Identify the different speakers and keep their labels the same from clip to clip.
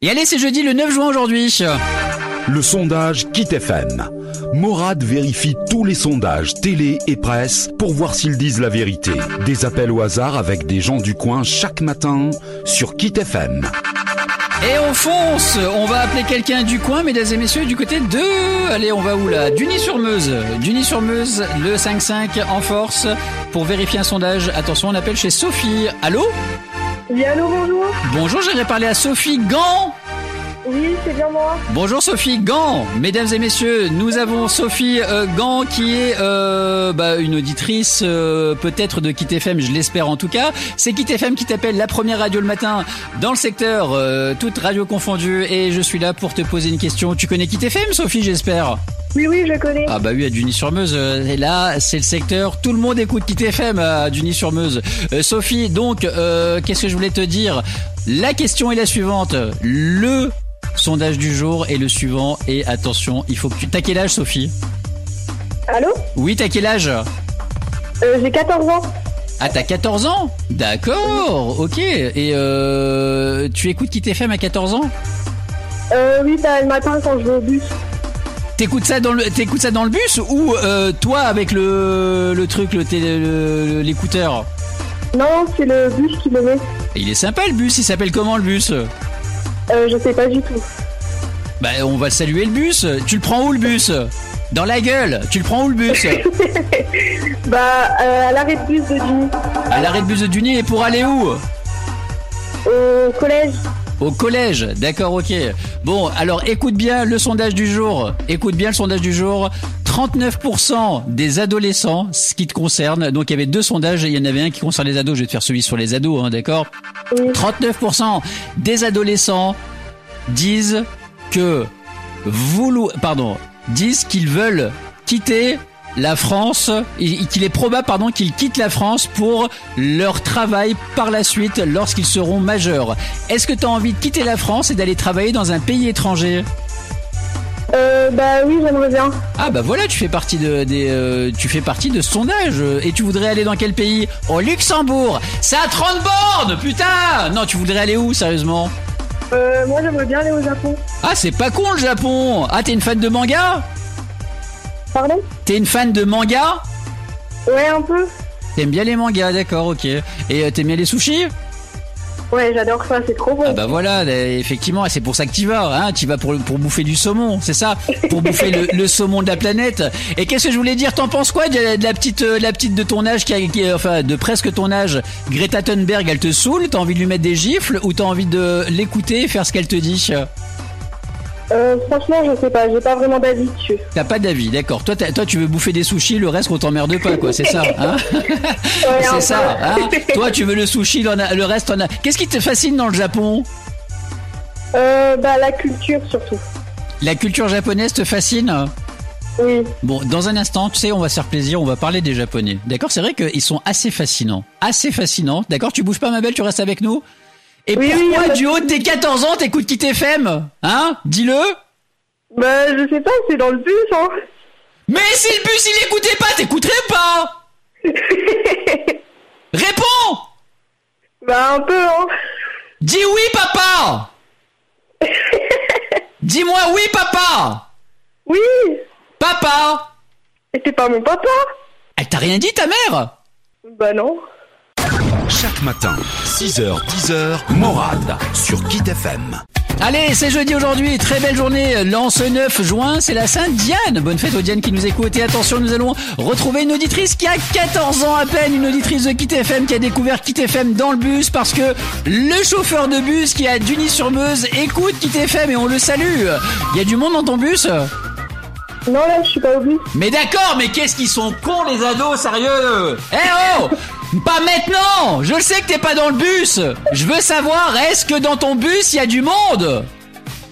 Speaker 1: Et allez, c'est jeudi le 9 juin aujourd'hui.
Speaker 2: Le sondage Kit FM. Morad vérifie tous les sondages télé et presse pour voir s'ils disent la vérité. Des appels au hasard avec des gens du coin chaque matin sur Kit FM.
Speaker 1: Et on fonce On va appeler quelqu'un du coin, mesdames et messieurs, du côté de... Allez, on va où là Duny-sur-Meuse. Duny-sur-Meuse, le 5-5 en force pour vérifier un sondage. Attention, on appelle chez Sophie. Allô
Speaker 3: Oui, allô, bonjour.
Speaker 1: Bonjour, j'aimerais parler à Sophie Gant.
Speaker 3: Oui, c'est bien moi.
Speaker 1: Bonjour Sophie Gant, mesdames et messieurs, nous avons Sophie euh, Gant qui est euh, bah, une auditrice euh, peut-être de Kit FM, je l'espère en tout cas. C'est Kit FM qui t'appelle la première radio le matin dans le secteur, euh, toute radio confondue, et je suis là pour te poser une question. Tu connais Kit FM, Sophie, j'espère
Speaker 3: Oui, oui, je connais.
Speaker 1: ah bah oui, à Duny-sur-Meuse. euh, Et là, c'est le secteur. Tout le monde écoute Kit FM à Duny-sur-Meuse. Euh, Sophie, donc, euh, qu'est-ce que je voulais te dire La question est la suivante. Le sondage du jour est le suivant. Et attention, il faut que tu... T'as quel âge, Sophie Ah.
Speaker 3: Allô
Speaker 1: Oui, t'as quel âge
Speaker 3: Euh, J'ai 14 ans.
Speaker 1: Ah, t'as 14 ans D'accord, ok. Et euh, tu écoutes Kit FM à 14 ans
Speaker 3: Euh, oui, bah, le matin quand je vais au bus.
Speaker 1: T'écoutes ça dans le t'écoutes ça dans le bus ou euh, toi avec le le truc le télé- le- l'écouteur
Speaker 3: Non, c'est le bus qui le met.
Speaker 1: Et Il est sympa le bus, il s'appelle comment le bus
Speaker 3: Euh, je sais pas du tout.
Speaker 1: Bah on va saluer le bus, tu le prends où le bus Dans la gueule, tu le prends où le bus
Speaker 3: Bah, euh, à l'arrêt de bus de Duny.
Speaker 1: À l'arrêt de bus de Duny et pour aller où
Speaker 3: Au collège.
Speaker 1: Au collège, d'accord, ok. Bon, alors écoute bien le sondage du jour. Écoute bien le sondage du jour. 39% des adolescents, ce qui te concerne. Donc il y avait deux sondages, et il y en avait un qui concerne les ados. Je vais te faire celui sur les ados, hein, d'accord
Speaker 3: Oui.
Speaker 1: 39% des adolescents disent que vouloir, pardon, disent qu'ils veulent quitter la France, et- et qu'il est probable, pardon, qu'ils quittent la France pour leur travail par la suite lorsqu'ils seront majeurs. Est-ce que tu as envie de quitter la France et d'aller travailler dans un pays étranger
Speaker 3: Euh, bah oui, j'aimerais bien.
Speaker 1: Ah bah voilà, tu fais partie de des, euh, tu fais partie de ce sondage euh, et tu voudrais aller dans quel pays Au Luxembourg. Ça à 30 bornes, putain Non, tu voudrais aller où sérieusement
Speaker 3: Euh, moi, j'aimerais bien aller au Japon.
Speaker 1: Ah, c'est pas con le Japon Ah, t'es une fan de manga
Speaker 3: Pardon
Speaker 1: T'es une fan de manga
Speaker 3: Ouais, un peu.
Speaker 1: T'aimes bien les mangas, d'accord, ok. Et euh, t'aimes bien les sushis
Speaker 3: Ouais, j'adore ça, c'est trop bon.
Speaker 1: Ah bah voilà, euh, effectivement, c'est pour ça que t'y vas, hein T'y vas pour, pour bouffer du saumon, c'est ça Pour bouffer le, le saumon de la planète. Et qu'est-ce que je voulais dire T'en penses quoi de, la- de la petite, euh, de la petite de ton âge, qui, a- qui est- enfin de presque ton âge Greta Thunberg, elle te saoule T'as envie de lui mettre des gifles ou t'as envie de l'écouter et faire ce qu'elle te dit
Speaker 3: Euh, franchement, je sais pas, j'ai pas vraiment d'avis dessus.
Speaker 1: T'as pas d'avis, d'accord. Toi, t'as- toi, tu veux bouffer des sushis, le reste, on t'emmerde pas, quoi, c'est ça hein
Speaker 3: Ouais, un
Speaker 1: C'est ça,
Speaker 3: peu.
Speaker 1: hein Toi, tu veux le sushi, l'en a- le reste, on a. Qu'est-ce qui te fascine dans le Japon
Speaker 3: Euh, bah, la culture surtout.
Speaker 1: La culture japonaise te fascine
Speaker 3: Oui.
Speaker 1: Bon, dans un instant, tu sais, on va se faire plaisir, on va parler des Japonais. D'accord C'est vrai qu'ils sont assez fascinants. Assez fascinants. D'accord Tu bouges pas, ma belle, tu restes avec nous Et
Speaker 3: Oui, oui, y a
Speaker 1: pourquoi,
Speaker 3: pas de
Speaker 1: du haut de tes 14 ans, t'écoutes Kit FM Hein Dis-le
Speaker 3: Bah, je sais pas, c'est dans le bus, hein.
Speaker 1: Mais si le bus, il écoutait pas, t'écouterais pas Réponds
Speaker 3: Bah, un peu, hein.
Speaker 1: Dis oui, papa Dis-moi oui, papa
Speaker 3: Oui,
Speaker 1: Papa
Speaker 3: et t'es pas mon papa.
Speaker 1: Elle t'a rien dit, ta mère
Speaker 3: Bah, non.
Speaker 2: Chaque matin, 6h, 10h, Morad sur Kit FM.
Speaker 1: Allez, c'est jeudi aujourd'hui, très belle journée. L'an ce 9 juin, c'est la Sainte-Diane. Bonne fête aux Diane qui nous écoute. Et attention, nous allons retrouver une auditrice qui a 14 ans à peine, une auditrice de Kit FM qui a découvert Kit FM dans le bus parce que le chauffeur de bus qui a Duny-sur-Meuse écoute Kit FM et on le salue. Il y a du monde dans ton bus
Speaker 3: Non, là, je suis pas au bus.
Speaker 1: Mais d'accord, mais qu'est-ce qu'ils sont cons les ados, sérieux Eh oh Pas maintenant Je le sais que t'es pas dans le bus Je veux savoir, est-ce que dans ton bus, il y a du monde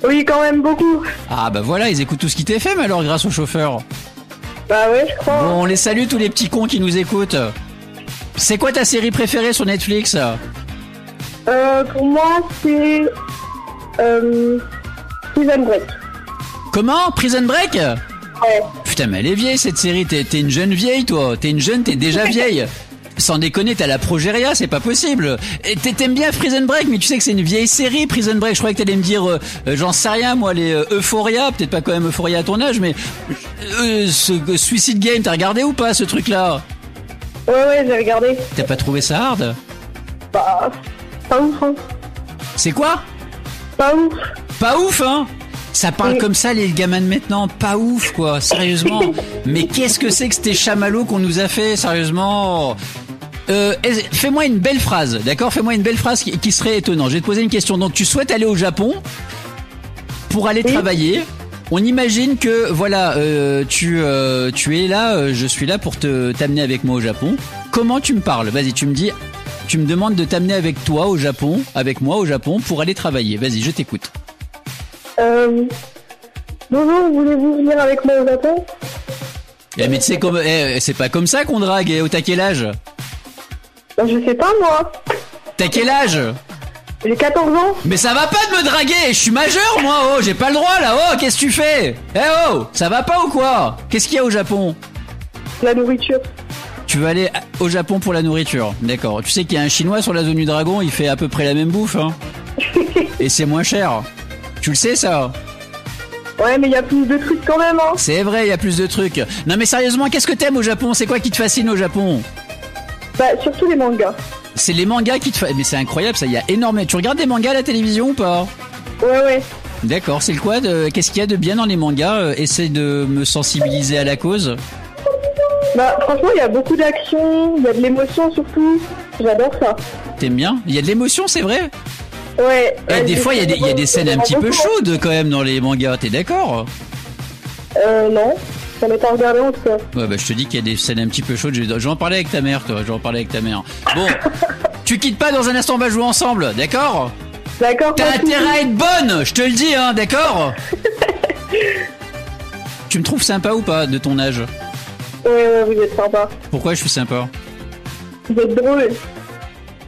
Speaker 3: Oui, quand même beaucoup.
Speaker 1: Ah bah voilà, ils écoutent tout ce qui t'est fait, mais alors grâce au chauffeur.
Speaker 3: Bah, ouais, je crois.
Speaker 1: Bon, on les salue tous les petits cons qui nous écoutent. C'est quoi ta série préférée sur Netflix
Speaker 3: Euh, pour moi, c'est. Euh. Prison Break.
Speaker 1: Comment Prison Break
Speaker 3: Ouais.
Speaker 1: Putain, mais elle est vieille cette série, t'es t'es une jeune vieille toi, t'es une jeune, t'es déjà vieille. sans déconner, t'as la progéria, c'est pas possible. Et t'a- T'aimes bien Prison Break, mais tu sais que c'est une vieille série, Prison Break. Je croyais que t'allais me dire, euh, euh, j'en sais rien, moi, les euh, Euphoria, peut-être pas quand même Euphoria à ton âge, mais euh, ce euh, Suicide Game, t'as regardé ou pas ce truc-là
Speaker 3: Ouais, ouais, j'ai regardé.
Speaker 1: T'as pas trouvé ça hard
Speaker 3: Bah, pas ouf, hein.
Speaker 1: C'est quoi
Speaker 3: Pas ouf.
Speaker 1: Pas ouf, hein Ça parle
Speaker 3: Oui.
Speaker 1: comme ça, les gamins de maintenant. Pas ouf, quoi. Sérieusement. Mais qu'est-ce que c'est que ces chamallows qu'on nous a fait, sérieusement Euh, est- Fais-moi une belle phrase, d'accord Fais-moi une belle phrase qui, qui serait étonnante. Je vais te poser une question. Donc, tu souhaites aller au Japon pour aller
Speaker 3: Oui.
Speaker 1: travailler on imagine que voilà, euh, tu euh, tu es là, euh, je suis là pour te t'amener avec moi au Japon. Comment tu me parles Vas-y, tu me dis, tu me demandes de t'amener avec toi au Japon, avec moi au Japon pour aller travailler. Vas-y, je t'écoute.
Speaker 3: Euh, bonjour, voulez-vous venir avec moi au Japon
Speaker 1: Eh, mais tu sais comme eh, c'est pas comme ça qu'on drague. eh, au t'as quel âge
Speaker 3: Bah, je sais pas, moi.
Speaker 1: T'as quel âge
Speaker 3: J'ai 14 ans.
Speaker 1: Mais ça va pas de me draguer. Je suis majeur moi. Oh, j'ai pas le droit là. Oh, qu'est-ce que tu fais Eh oh, ça va pas ou quoi Qu'est-ce qu'il y a au Japon
Speaker 3: La nourriture.
Speaker 1: Tu vas aller à- au Japon pour la nourriture. D'accord. Tu sais qu'il y a un Chinois sur la zone du Dragon. Il fait à peu près la même bouffe. Hein. Et c'est moins cher. Tu le sais ça
Speaker 3: Ouais, mais il y a plus de trucs quand même, hein.
Speaker 1: C'est vrai, il y a plus de trucs. Non mais sérieusement, qu'est-ce que t'aimes au Japon C'est quoi qui te fascine au Japon
Speaker 3: Bah, surtout les mangas.
Speaker 1: C'est les mangas qui te... fa- Mais c'est incroyable ça, il y a énormément... Tu regardes des mangas à la télévision ou pas
Speaker 3: Ouais, ouais.
Speaker 1: D'accord, c'est le quoi de- Qu'est-ce qu'il y a de bien dans les mangas Euh, Essaye de me sensibiliser à la cause.
Speaker 3: Bah, franchement, il y a beaucoup d'action, il y a de l'émotion surtout. J'adore ça.
Speaker 1: T'aimes bien Il y a de l'émotion, c'est vrai
Speaker 3: Ouais.
Speaker 1: Eh,
Speaker 3: ouais,
Speaker 1: Des
Speaker 3: j'ai-
Speaker 1: fois, il y, a des- il y a des scènes un petit peu
Speaker 3: beaucoup.
Speaker 1: chaudes quand même dans les mangas, t'es d'accord
Speaker 3: Euh, non. Ça m'est pas regardé en tout cas.
Speaker 1: Ouais, bah je te dis qu'il y a des scènes un petit peu chaudes. Je- J'en parlais avec ta mère, toi, j'en parlais avec ta mère. Bon, tu quittes pas dans un instant, on va jouer ensemble, d'accord
Speaker 3: D'accord.
Speaker 1: T'as
Speaker 3: pas de
Speaker 1: intérêt
Speaker 3: soucis.
Speaker 1: à être bonne, je te le dis, hein, d'accord Tu me trouves sympa ou pas de ton âge
Speaker 3: Ouais, ouais, vous êtes sympa.
Speaker 1: Pourquoi je suis sympa
Speaker 3: Vous êtes drôle.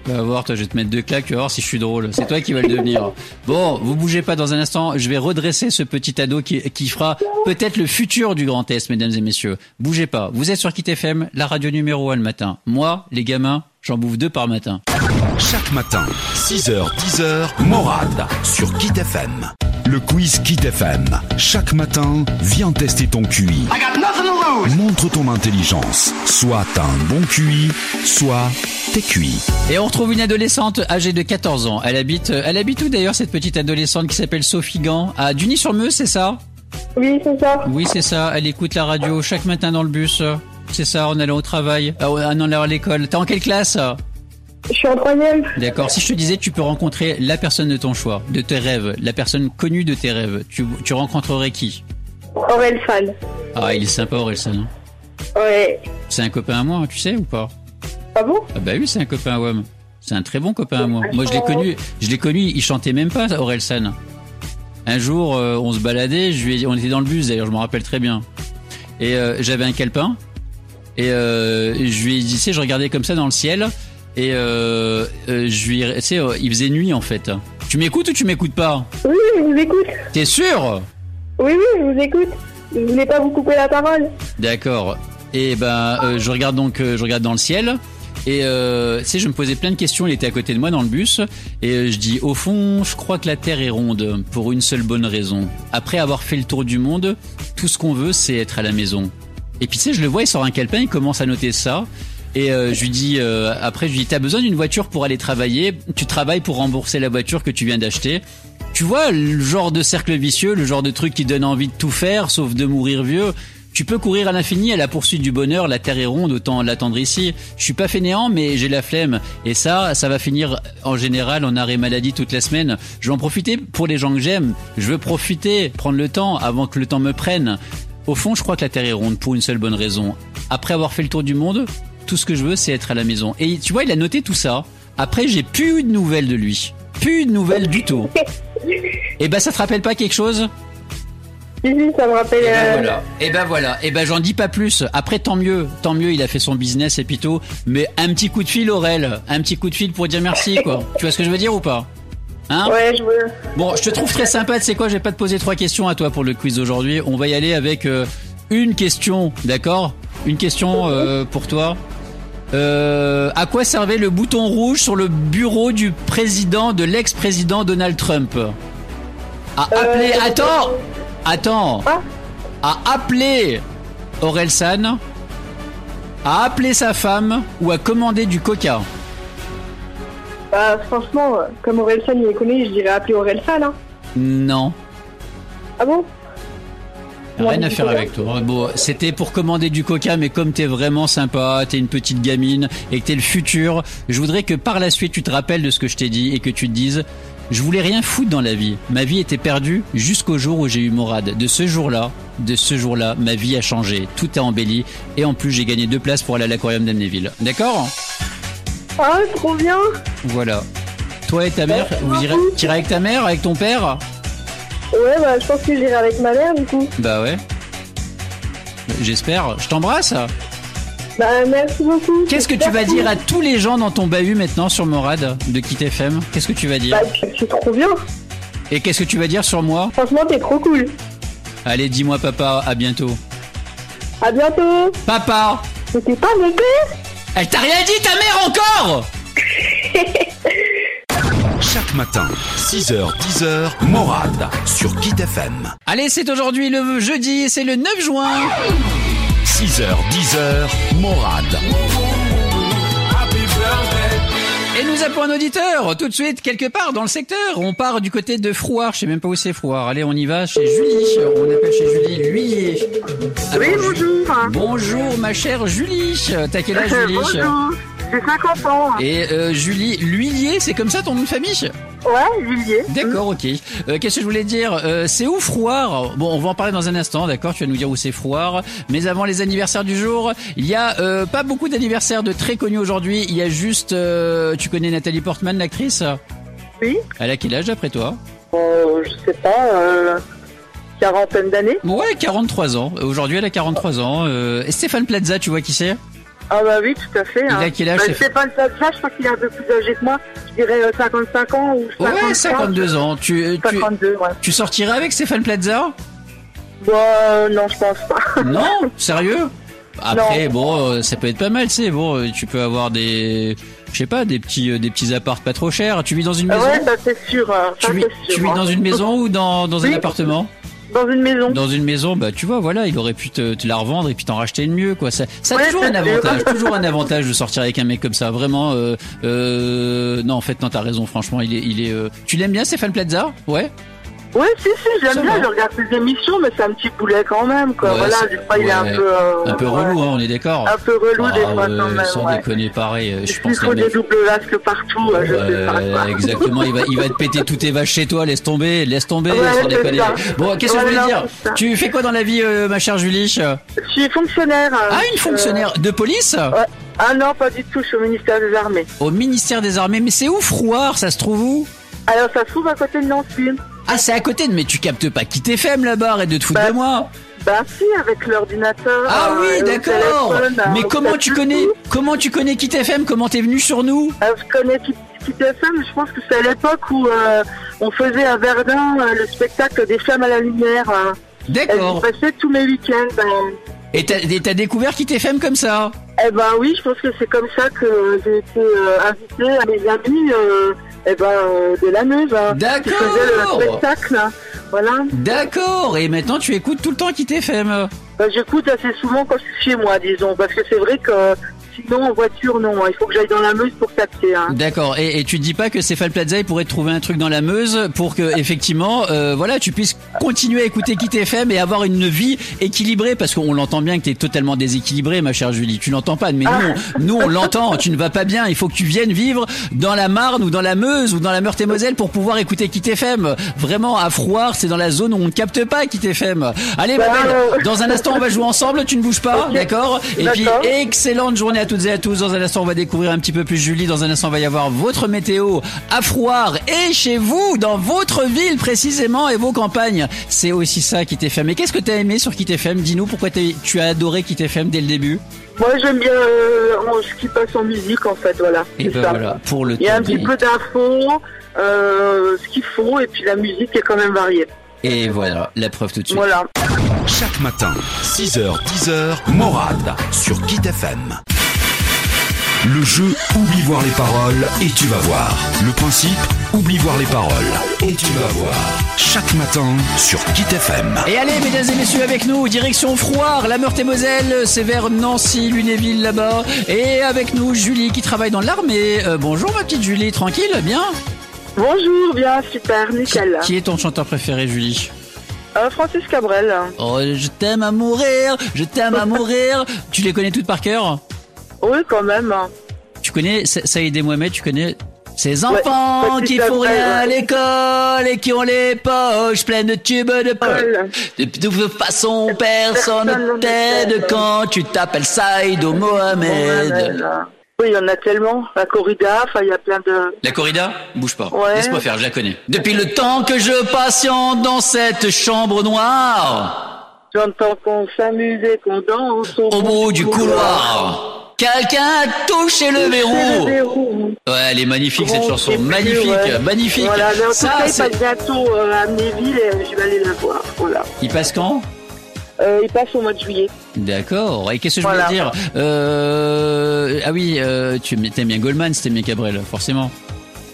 Speaker 1: Tu vas voir, toi, je vais te mettre deux claques, tu vas voir si je suis drôle. C'est toi qui vas le devenir. Bon, vous bougez pas dans un instant, je vais redresser ce petit ado qui, qui fera peut-être le futur du Grand Est, mesdames et messieurs. Bougez pas, vous êtes sur Kit FM, la radio numéro 1 le matin. Moi, les gamins, j'en bouffe deux par matin.
Speaker 2: Chaque matin, 6h, 10h, Morade sur Kit FM. Le quiz Kit FM. Chaque matin, viens tester ton QI. Montre ton intelligence. Soit t'as un bon QI, soit t'es cuit.
Speaker 1: Et on retrouve une adolescente âgée de 14 ans. Elle habite, euh, elle habite où d'ailleurs cette petite adolescente qui s'appelle Sophie Gant À Duny-sur-Meuse, c'est ça
Speaker 3: Oui, c'est ça.
Speaker 1: Oui, c'est ça. Elle écoute la radio chaque matin dans le bus. C'est ça, en allant au travail, Ah ouais, en allant à l'école. T'es en quelle classe
Speaker 3: Je suis en troisième.
Speaker 1: D'accord. Si je te disais, tu peux rencontrer la personne de ton choix, de tes rêves, la personne connue de tes rêves, tu, tu rencontrerais qui
Speaker 3: Aurel Fan.
Speaker 1: Ah, il est sympa, Orelsan. hein.
Speaker 3: Ouais.
Speaker 1: C'est un copain à moi, tu sais ou pas
Speaker 3: Ah bon
Speaker 1: Ah bah oui, c'est un copain à WAM. C'est un très bon copain à moi. Moi, je l'ai connu, je l'ai connu, il chantait même pas, Orelsan. Un jour, euh, on se baladait, je lui ai- on était dans le bus d'ailleurs, je m'en rappelle très bien. Et euh, j'avais un calepin. Et euh, je lui ai dit, tu sais, je regardais comme ça dans le ciel. Et euh, euh, je lui ai, tu sais, euh, il faisait nuit en fait. Tu m'écoutes ou tu m'écoutes pas
Speaker 3: Oui, oui, je vous écoute.
Speaker 1: T'es sûr
Speaker 3: Oui, oui, je vous écoute. Je voulais pas vous couper la parole.
Speaker 1: D'accord. Et ben, euh, je regarde donc, euh, je regarde dans le ciel. Et euh, tu sais, je me posais plein de questions. Il était à côté de moi dans le bus, et euh, je dis au fond, je crois que la Terre est ronde pour une seule bonne raison. Après avoir fait le tour du monde, tout ce qu'on veut, c'est être à la maison. Et puis tu sais, je le vois, il sort un calepin, il commence à noter ça. Et euh, je lui dis euh, après, je lui dis, t'as besoin d'une voiture pour aller travailler. Tu travailles pour rembourser la voiture que tu viens d'acheter. Tu vois le genre de cercle vicieux, le genre de truc qui donne envie de tout faire, sauf de mourir vieux. Tu peux courir à l'infini à la poursuite du bonheur, la terre est ronde, autant l'attendre ici. Je suis pas fainéant, mais j'ai la flemme. Et ça, ça va finir en général en arrêt maladie toute la semaine. Je vais en profiter pour les gens que j'aime. Je veux profiter, prendre le temps avant que le temps me prenne. Au fond, je crois que la terre est ronde pour une seule bonne raison. Après avoir fait le tour du monde, tout ce que je veux, c'est être à la maison. Et tu vois, il a noté tout ça. Après, j'ai plus eu de nouvelles de lui. Plus eu de nouvelles du tout. Et ben, ça te rappelle pas quelque chose
Speaker 3: Si, si, ça me rappelle.
Speaker 1: et
Speaker 3: euh,
Speaker 1: ben voilà. Et ben voilà. Et ben j'en dis pas plus. Après tant mieux, tant mieux. Il a fait son business et pito. Mais un petit coup de fil Aurel, un petit coup de fil pour dire merci quoi. Tu vois ce que je veux dire ou pas Hein
Speaker 3: Ouais, je veux.
Speaker 1: Bon, je te trouve très sympa. Tu sais quoi Je vais pas te poser trois questions à toi pour le quiz d'aujourd'hui. On va y aller avec euh, une question, d'accord Une question euh, pour toi. Euh, à quoi servait le bouton rouge sur le bureau du président, de l'ex-président Donald Trump À
Speaker 3: Euh,
Speaker 1: appeler.
Speaker 3: je sais
Speaker 1: attends Attends
Speaker 3: Ah.
Speaker 1: À appeler Orelsan À appeler sa femme Ou à commander du coca
Speaker 3: Bah, franchement, euh, comme Orelsan il est connu, je dirais appeler Orelsan. Hein.
Speaker 1: Non.
Speaker 3: Ah bon
Speaker 1: Rien
Speaker 3: Ouais,
Speaker 1: à
Speaker 3: du
Speaker 1: faire
Speaker 3: coca.
Speaker 1: avec toi. Bon, c'était pour commander du coca, mais comme t'es vraiment sympa, t'es une petite gamine et que t'es le futur, je voudrais que par la suite tu te rappelles de ce que je t'ai dit et que tu te dises, je voulais rien foutre dans la vie. Ma vie était perdue jusqu'au jour où j'ai eu Morad. De ce jour-là, de ce jour-là, ma vie a changé. Tout a embelli et en plus j'ai gagné deux places pour aller à l'aquarium d'Amnéville. D'accord
Speaker 3: Ah, trop bien
Speaker 1: Voilà. Toi et ta mère, vous irez, t'iras avec ta mère, avec ton père
Speaker 3: Ouais, bah, je pense que j'irai avec ma mère, du coup.
Speaker 1: Bah ouais. J'espère. Je t'embrasse.
Speaker 3: Bah, merci beaucoup.
Speaker 1: Qu'est-ce que tu vas dire à tous les gens dans ton bahut maintenant sur Morad de Kit FM Qu'est-ce que tu vas dire
Speaker 3: Bah, tu tu es trop bien.
Speaker 1: Et qu'est-ce que tu vas dire sur moi
Speaker 3: Franchement, t'es trop cool.
Speaker 1: Allez, dis-moi papa, à bientôt.
Speaker 3: À bientôt.
Speaker 1: Papa
Speaker 3: C'était pas mon père
Speaker 1: Elle t'a rien dit ta mère encore
Speaker 2: Chaque matin, 6h, 10h, Morade sur Kit FM.
Speaker 1: Allez, c'est aujourd'hui le jeudi, c'est le 9 juin
Speaker 2: 6h, 10h, Morade.
Speaker 1: Et nous appelons un auditeur tout de suite quelque part dans le secteur. On part du côté de Frouard, je sais même pas où c'est Frouard. Allez, on y va chez Julie. On appelle chez Julie Luyer.
Speaker 4: Oui,
Speaker 1: Alors, Ju-
Speaker 4: bonjour.
Speaker 1: Bonjour ma chère Julie. T'as quel âge
Speaker 4: Euh,
Speaker 1: Julie
Speaker 4: bonjour. J'ai 50 ans.
Speaker 1: Et euh, Julie Luyer, c'est comme ça ton nom de famille
Speaker 4: Ouais, Villiers.
Speaker 1: D'accord, ok. Euh, Qu'est-ce que je voulais dire Euh, C'est où Frouard Bon, on va en parler dans un instant, d'accord Tu vas nous dire où c'est Frouard. Mais avant les anniversaires du jour, il y a euh, pas beaucoup d'anniversaires de très connus aujourd'hui. Il y a juste... euh, tu connais Nathalie Portman, l'actrice
Speaker 4: Oui.
Speaker 1: Elle a quel âge après toi
Speaker 4: Euh, je sais pas, euh, quarantaine d'années.
Speaker 1: Ouais, 43 ans. Aujourd'hui, elle a 43 ans. Euh, et Stéphane Plaza, tu vois qui c'est
Speaker 4: Ah bah oui, tout à fait.
Speaker 1: Il
Speaker 4: hein.
Speaker 1: a quel âge
Speaker 4: Bah,
Speaker 1: Stéphane
Speaker 4: Stéphane Plaza, je crois qu'il est un peu plus âgé que moi. Je dirais euh, 55 bah, ans ou 53.
Speaker 1: Ouais, 52 ans. Tu, euh, tu,
Speaker 4: 52, ouais.
Speaker 1: tu sortirais avec Stéphane Plaza
Speaker 4: Bah euh, non, je pense pas.
Speaker 1: Non, sérieux Après, bon, euh, ça peut être pas mal, tu sais. Bon, euh, tu peux avoir des, je sais pas, des petits, euh, des petits apparts pas trop chers. Tu vis dans une maison
Speaker 4: Ah ouais, ça c'est sûr. euh, ça,
Speaker 1: tu, vis,
Speaker 4: c'est sûr,
Speaker 1: tu vis
Speaker 4: hein.
Speaker 1: dans une maison ou dans, dans un
Speaker 4: Oui.
Speaker 1: appartement
Speaker 4: Dans une maison.
Speaker 1: Dans une maison, bah tu vois, voilà, il aurait pu te, te la revendre et puis t'en racheter une mieux, quoi. Ça, ça a
Speaker 4: Ouais,
Speaker 1: toujours un
Speaker 4: c'est sûr.
Speaker 1: avantage, toujours un avantage de sortir avec un mec comme ça. Vraiment, euh, euh, non, en fait, non, t'as raison. Franchement, il est, il est. euh, Tu l'aimes bien, Stéphane Plaza Ouais.
Speaker 4: Ouais, si, si,
Speaker 1: Ça
Speaker 4: j'aime bien.
Speaker 1: va.
Speaker 4: Je regarde ses émissions, mais c'est un petit boulet quand même, quoi.
Speaker 1: Ouais,
Speaker 4: voilà,
Speaker 1: c'est-
Speaker 4: des fois il est un
Speaker 1: ouais.
Speaker 4: peu. euh,
Speaker 1: Un peu
Speaker 4: ouais.
Speaker 1: relou, hein, on est d'accord.
Speaker 4: Un peu relou des
Speaker 1: Ah
Speaker 4: fois
Speaker 1: ouais,
Speaker 4: quand même.
Speaker 1: sans
Speaker 4: ouais.
Speaker 1: déconner, pareil. euh, Je
Speaker 4: Il
Speaker 1: pense que
Speaker 4: faut
Speaker 1: les mecs-
Speaker 4: des doubles vasques partout, euh, je sais pas.
Speaker 1: Euh,
Speaker 4: quoi.
Speaker 1: exactement, il va, il va te péter toutes tes vaches chez toi, laisse tomber, laisse tomber,
Speaker 4: Ouais,
Speaker 1: sans
Speaker 4: c'est
Speaker 1: déconner.
Speaker 4: ça.
Speaker 1: Bon, qu'est-ce que je
Speaker 4: Ouais,
Speaker 1: voulais
Speaker 4: non,
Speaker 1: dire
Speaker 4: c'est ça.
Speaker 1: Tu fais quoi dans la vie, euh, ma chère Julie
Speaker 4: Je suis fonctionnaire. euh,
Speaker 1: Ah, une fonctionnaire de police
Speaker 4: euh, ouais. Ah non, pas du tout, je suis au ministère des Armées.
Speaker 1: au ministère des Armées, mais c'est où Frouard Ça se trouve où
Speaker 4: Alors ça se trouve à côté de Nancy.
Speaker 1: Ah, c'est à côté de. Mais tu captes pas qui t'es femme là-bas, arrête de te foutre
Speaker 4: Bah,
Speaker 1: de moi.
Speaker 4: Bah si, avec l'ordinateur.
Speaker 1: Ah
Speaker 4: euh, et
Speaker 1: oui,
Speaker 4: au
Speaker 1: d'accord.
Speaker 4: téléphone, euh,
Speaker 1: Mais
Speaker 4: au
Speaker 1: comment tu
Speaker 4: statut.
Speaker 1: connais Comment tu connais qui t'es femme Comment t'es venu sur nous
Speaker 4: Alors, Euh, Je connais qui qui était ça, mais je pense que c'est à l'époque où euh, on faisait à Verdun euh, le spectacle des flammes à la lumière. euh. Et je
Speaker 1: D'accord.
Speaker 4: passais tous mes week-ends. euh.
Speaker 1: Et t'as et t'as découvert qui t'es femme comme ça
Speaker 4: Eh ben oui, je pense que c'est comme ça que j'ai été euh, invitée à mes amis euh, eh ben, euh, de la Meuse. hein, qui faisaient
Speaker 1: D'accord.
Speaker 4: le spectacle. hein. Voilà.
Speaker 1: D'accord. Et maintenant tu écoutes tout le temps qui t'es femme.
Speaker 4: Ben, J'écoute assez souvent quand je suis chez moi, disons, parce que c'est vrai que sinon en voiture, non. hein, Il faut que j'aille dans la Meuse pour capter. Hein.
Speaker 1: D'accord. Et, et tu te dis pas que Stéphane Plaza il pourrait te trouver un truc dans la Meuse pour que effectivement, euh, voilà, tu puisses continuer à écouter Kit FM et avoir une vie équilibrée parce qu'on l'entend bien que t'es totalement déséquilibrée, ma chère Julie. Tu l'entends pas, mais nous,
Speaker 4: Ah.
Speaker 1: on- nous on l'entend. Tu ne vas pas bien. Il faut que tu viennes vivre dans la Marne ou dans la Meuse ou dans la Meurthe-et-Moselle pour pouvoir écouter Kit FM. Vraiment, à Froid, c'est dans la zone où on ne capte pas Kit FM. Allez, ma
Speaker 4: Bah,
Speaker 1: belle,
Speaker 4: euh,
Speaker 1: dans un instant on va jouer ensemble. Tu ne bouges pas,
Speaker 4: Ok.
Speaker 1: d'accord Et puis
Speaker 4: D'accord.
Speaker 1: Excellente journée à toutes et à tous. Dans un instant, on va découvrir un petit peu plus Julie. Dans un instant, on va y avoir votre météo à Froire et chez vous, dans votre ville précisément et vos campagnes. C'est aussi ça qui t'FM. Et qu'est-ce que t'as aimé sur KitFM Dis-nous pourquoi t'es- tu as adoré KitFM dès le début.
Speaker 4: Moi, j'aime bien euh, en- ce qui passe en musique, en fait, voilà.
Speaker 1: Et
Speaker 4: c'est
Speaker 1: ben
Speaker 4: ça.
Speaker 1: voilà, pour le
Speaker 4: Il y a un
Speaker 1: temps
Speaker 4: petit
Speaker 1: des-
Speaker 4: peu d'infos, euh, ce qu'il faut, et puis la musique est quand même variée.
Speaker 1: Et voilà, la preuve tout de suite.
Speaker 4: Voilà.
Speaker 2: Chaque matin, 6h, 10h, Morade sur Kit FM. Le jeu Oublie voir les paroles et tu vas voir. Le principe Oublie voir les paroles et tu vas voir. Chaque matin sur Kit FM.
Speaker 1: Et allez, mesdames et messieurs, avec nous, direction Froire, la Meurthe-et-Moselle, c'est vers Nancy, Lunéville là-bas. Et avec nous, Julie qui travaille dans l'armée. Euh, bonjour, ma petite Julie, tranquille, bien
Speaker 4: Bonjour, bien, super,
Speaker 1: qui,
Speaker 4: nickel.
Speaker 1: qui est ton chanteur préféré, Julie
Speaker 4: Euh, Francis Cabrel.
Speaker 1: Oh, je t'aime à mourir, je t'aime à mourir. Tu les connais toutes par cœur
Speaker 4: Oui, quand même.
Speaker 1: Tu connais Sa- Saïd et Mohamed, tu connais ces enfants
Speaker 4: Francis
Speaker 1: qui font
Speaker 4: Cabrel,
Speaker 1: rien à
Speaker 4: ouais.
Speaker 1: l'école et qui ont les poches pleines de tubes de colle.
Speaker 4: Paul.
Speaker 1: De toute façon, personne
Speaker 4: Personne
Speaker 1: ne
Speaker 4: ne
Speaker 1: t'aide
Speaker 4: t'aide.
Speaker 1: quand tu t'appelles Saïd ou Mohamed.
Speaker 4: Mohamed, euh. Oui, il y en a tellement. La corrida, enfin, il y a plein de.
Speaker 1: La corrida Bouge pas.
Speaker 4: Ouais.
Speaker 1: Laisse-moi faire, je la connais. Depuis le temps que je patiente dans cette chambre noire,
Speaker 4: J'entends qu'on s'amuse et qu'on danse au,
Speaker 1: au bout du couloir, quelqu'un a touché le verrou.
Speaker 4: C'est le verrou.
Speaker 1: Ouais, elle est magnifique cette
Speaker 4: Grand
Speaker 1: chanson,
Speaker 4: début,
Speaker 1: magnifique,
Speaker 4: ouais.
Speaker 1: magnifique.
Speaker 4: Voilà, mais en tout
Speaker 1: ça,
Speaker 4: cas, il
Speaker 1: c'est-
Speaker 4: passe bientôt euh, à Amnéville et je vais aller la voir. Voilà.
Speaker 1: il passe quand
Speaker 4: Euh, il passe au mois de juillet.
Speaker 1: D'accord. Et qu'est-ce que
Speaker 4: Voilà.
Speaker 1: je voulais dire euh... Ah oui, euh, tu aimes t'aimes bien Goldman, c'était bien Cabrel, forcément.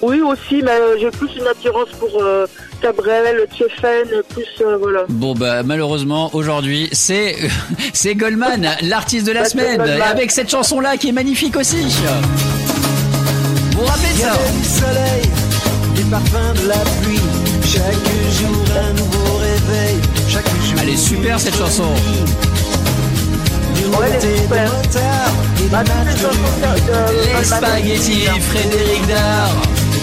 Speaker 4: Oui, aussi, mais euh, j'ai plus une attirance pour euh, Cabrel, Tchefen, plus. euh, voilà.
Speaker 1: Bon bah malheureusement aujourd'hui c'est c'est Goldman, l'artiste de la
Speaker 4: Patrick
Speaker 1: semaine,
Speaker 4: Bah, Goldman.
Speaker 1: avec cette chanson là qui est magnifique aussi. Vous vous rappelez de
Speaker 5: Il y
Speaker 1: ça
Speaker 5: avait du soleil, des parfums de la pluie. Chaque jour un nouveau réveil. Chaque jour.
Speaker 1: Elle est super, cette
Speaker 5: une
Speaker 1: chanson.
Speaker 4: Ouais, elle est
Speaker 5: nuit. Du moté de
Speaker 4: super.
Speaker 5: motard et de
Speaker 4: Bah, toutes les
Speaker 5: nature.
Speaker 4: chansons de- de-
Speaker 1: Les
Speaker 4: de-
Speaker 1: spaghettis, Frédéric Dard,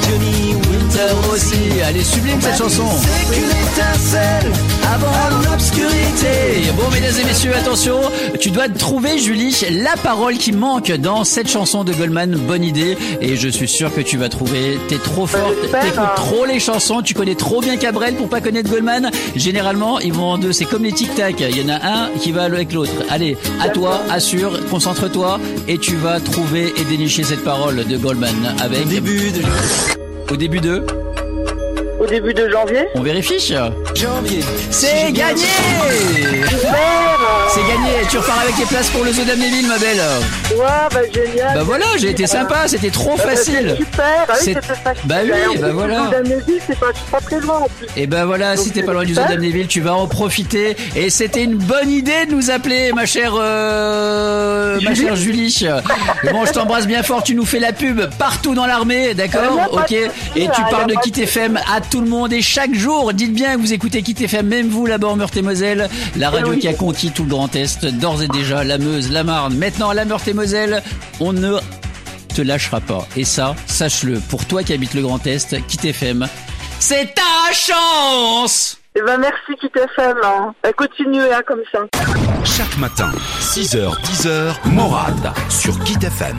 Speaker 5: Johnny Winter
Speaker 1: Winter
Speaker 5: aussi.
Speaker 1: aussi, elle est sublime cette chanson.
Speaker 5: C'est qu'une étincelle avant l'obscurité.
Speaker 1: Et Bon, mesdames et messieurs, attention, tu dois trouver, Julie, la parole qui manque dans cette chanson de Goldman. Bonne idée. Et je suis sûr que tu vas trouver. T'es trop forte.
Speaker 4: j'espère,
Speaker 1: T'écoutes
Speaker 4: hein.
Speaker 1: trop les chansons. Tu connais trop bien Cabrel pour pas connaître Goldman. Généralement, ils vont en deux. C'est comme les tic-tac. Il y en a un qui va avec l'autre. Allez, à toi, assure, concentre-toi. Et tu vas trouver et dénicher cette parole de Goldman avec,
Speaker 5: Au début de
Speaker 1: au début de,
Speaker 4: Au début de janvier.
Speaker 1: on vérifie.
Speaker 5: janvier.
Speaker 1: C'est gagné! C'est gagné. Tu repars avec les places pour le zoo d'Amnéville, ma belle.
Speaker 4: Ouah, bah génial.
Speaker 1: Bah voilà, j'ai été sympa, c'était trop facile.
Speaker 4: C'était Super, ah oui,
Speaker 1: C'est-
Speaker 4: c'était facile.
Speaker 1: Bah oui,
Speaker 4: Et en
Speaker 1: bah
Speaker 4: plus,
Speaker 1: voilà.
Speaker 4: le Damnéville, c'est pas, c'est pas très loin en plus.
Speaker 1: Et ben voilà, si t'es pas loin du zoo d'Amnéville, tu vas en profiter. Et c'était une bonne idée de nous appeler, ma chère, euh, ma chère Julie. Bon, je t'embrasse bien fort. Tu nous fais la pub partout dans l'armée, d'accord
Speaker 4: Ah, y a pas
Speaker 1: Ok.
Speaker 4: de
Speaker 1: Et
Speaker 4: souci, là,
Speaker 1: tu
Speaker 4: y a
Speaker 1: parles de
Speaker 4: pas de
Speaker 1: Kit FM à tout le monde. Et chaque jour, dites bien que vous écoutez Kit FM, même vous là-bas en Meurthe-et-Moselle, la radio
Speaker 4: oui.
Speaker 1: qui a conquis tout le Grand Est, d'ores et déjà la Meuse, la Marne. Maintenant, la Meurthe-et-Moselle, on ne te lâchera pas. Et ça, sache-le, pour toi qui habites le Grand Est, Kit FM, c'est ta chance
Speaker 4: Et ben merci, Kit FM. Hein. Bah, continuez hein, comme ça.
Speaker 2: Chaque matin, 6h, 10h, Morad sur Kit FM.